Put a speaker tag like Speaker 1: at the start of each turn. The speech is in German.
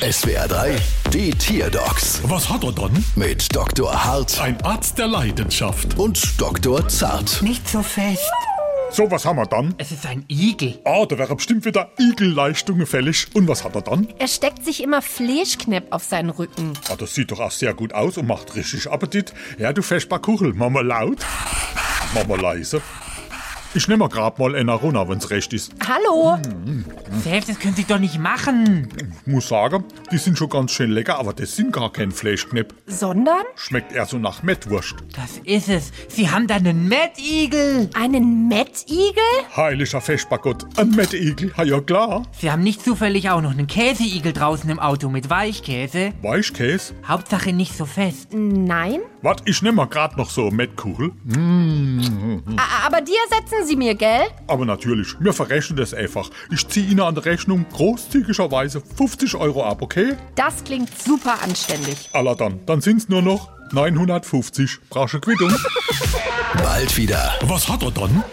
Speaker 1: SWR 3, die Tierdocs
Speaker 2: Was hat er dann?
Speaker 1: mit Dr. Hart
Speaker 2: Ein Arzt der Leidenschaft.
Speaker 1: und Dr. Zart.
Speaker 3: Nicht so fest.
Speaker 2: So, was haben wir dann?
Speaker 3: Es ist ein Igel.
Speaker 2: Ah, da wäre bestimmt wieder Igelleistungen fällig. Und was hat er dann?
Speaker 4: Er steckt sich immer Fleischknepp auf seinen Rücken.
Speaker 2: Ah, das sieht doch auch sehr gut aus und macht richtig Appetit. Ja, du Feschbarkuchel, mach mal laut. Mach mal leise. Ich nehme grad mal eine Runde, wenn's recht ist.
Speaker 4: Hallo,
Speaker 3: Selbst, das können Sie doch nicht machen.
Speaker 2: Ich muss sagen, die sind schon ganz schön lecker, aber das sind gar kein Fleischknepp.
Speaker 4: sondern
Speaker 2: Schmeckt eher so nach Mettwurst.
Speaker 3: Das ist es. Sie haben da einen Mettigel.
Speaker 4: einen Mettigel?
Speaker 2: Heiliger Feschbargott, ein Mettigel, ha ja klar.
Speaker 3: Sie haben nicht zufällig auch noch einen Käseigel draußen im Auto mit Weichkäse.
Speaker 2: Weichkäse?
Speaker 3: Hauptsache nicht so fest.
Speaker 4: Nein.
Speaker 2: Wat, ich nehme grad noch so Mettkugel.
Speaker 4: A- Aber die ersetzen Sie mir, gell?
Speaker 2: Aber natürlich, wir verrechnen das einfach. Ich ziehe Ihnen an der Rechnung großzügigerweise 50 Euro ab, okay?
Speaker 4: Das klingt super anständig.
Speaker 2: Aller dann, dann sind's nur noch 950. Brauchst du Quittung?
Speaker 1: Bald wieder.
Speaker 2: Was hat er dann?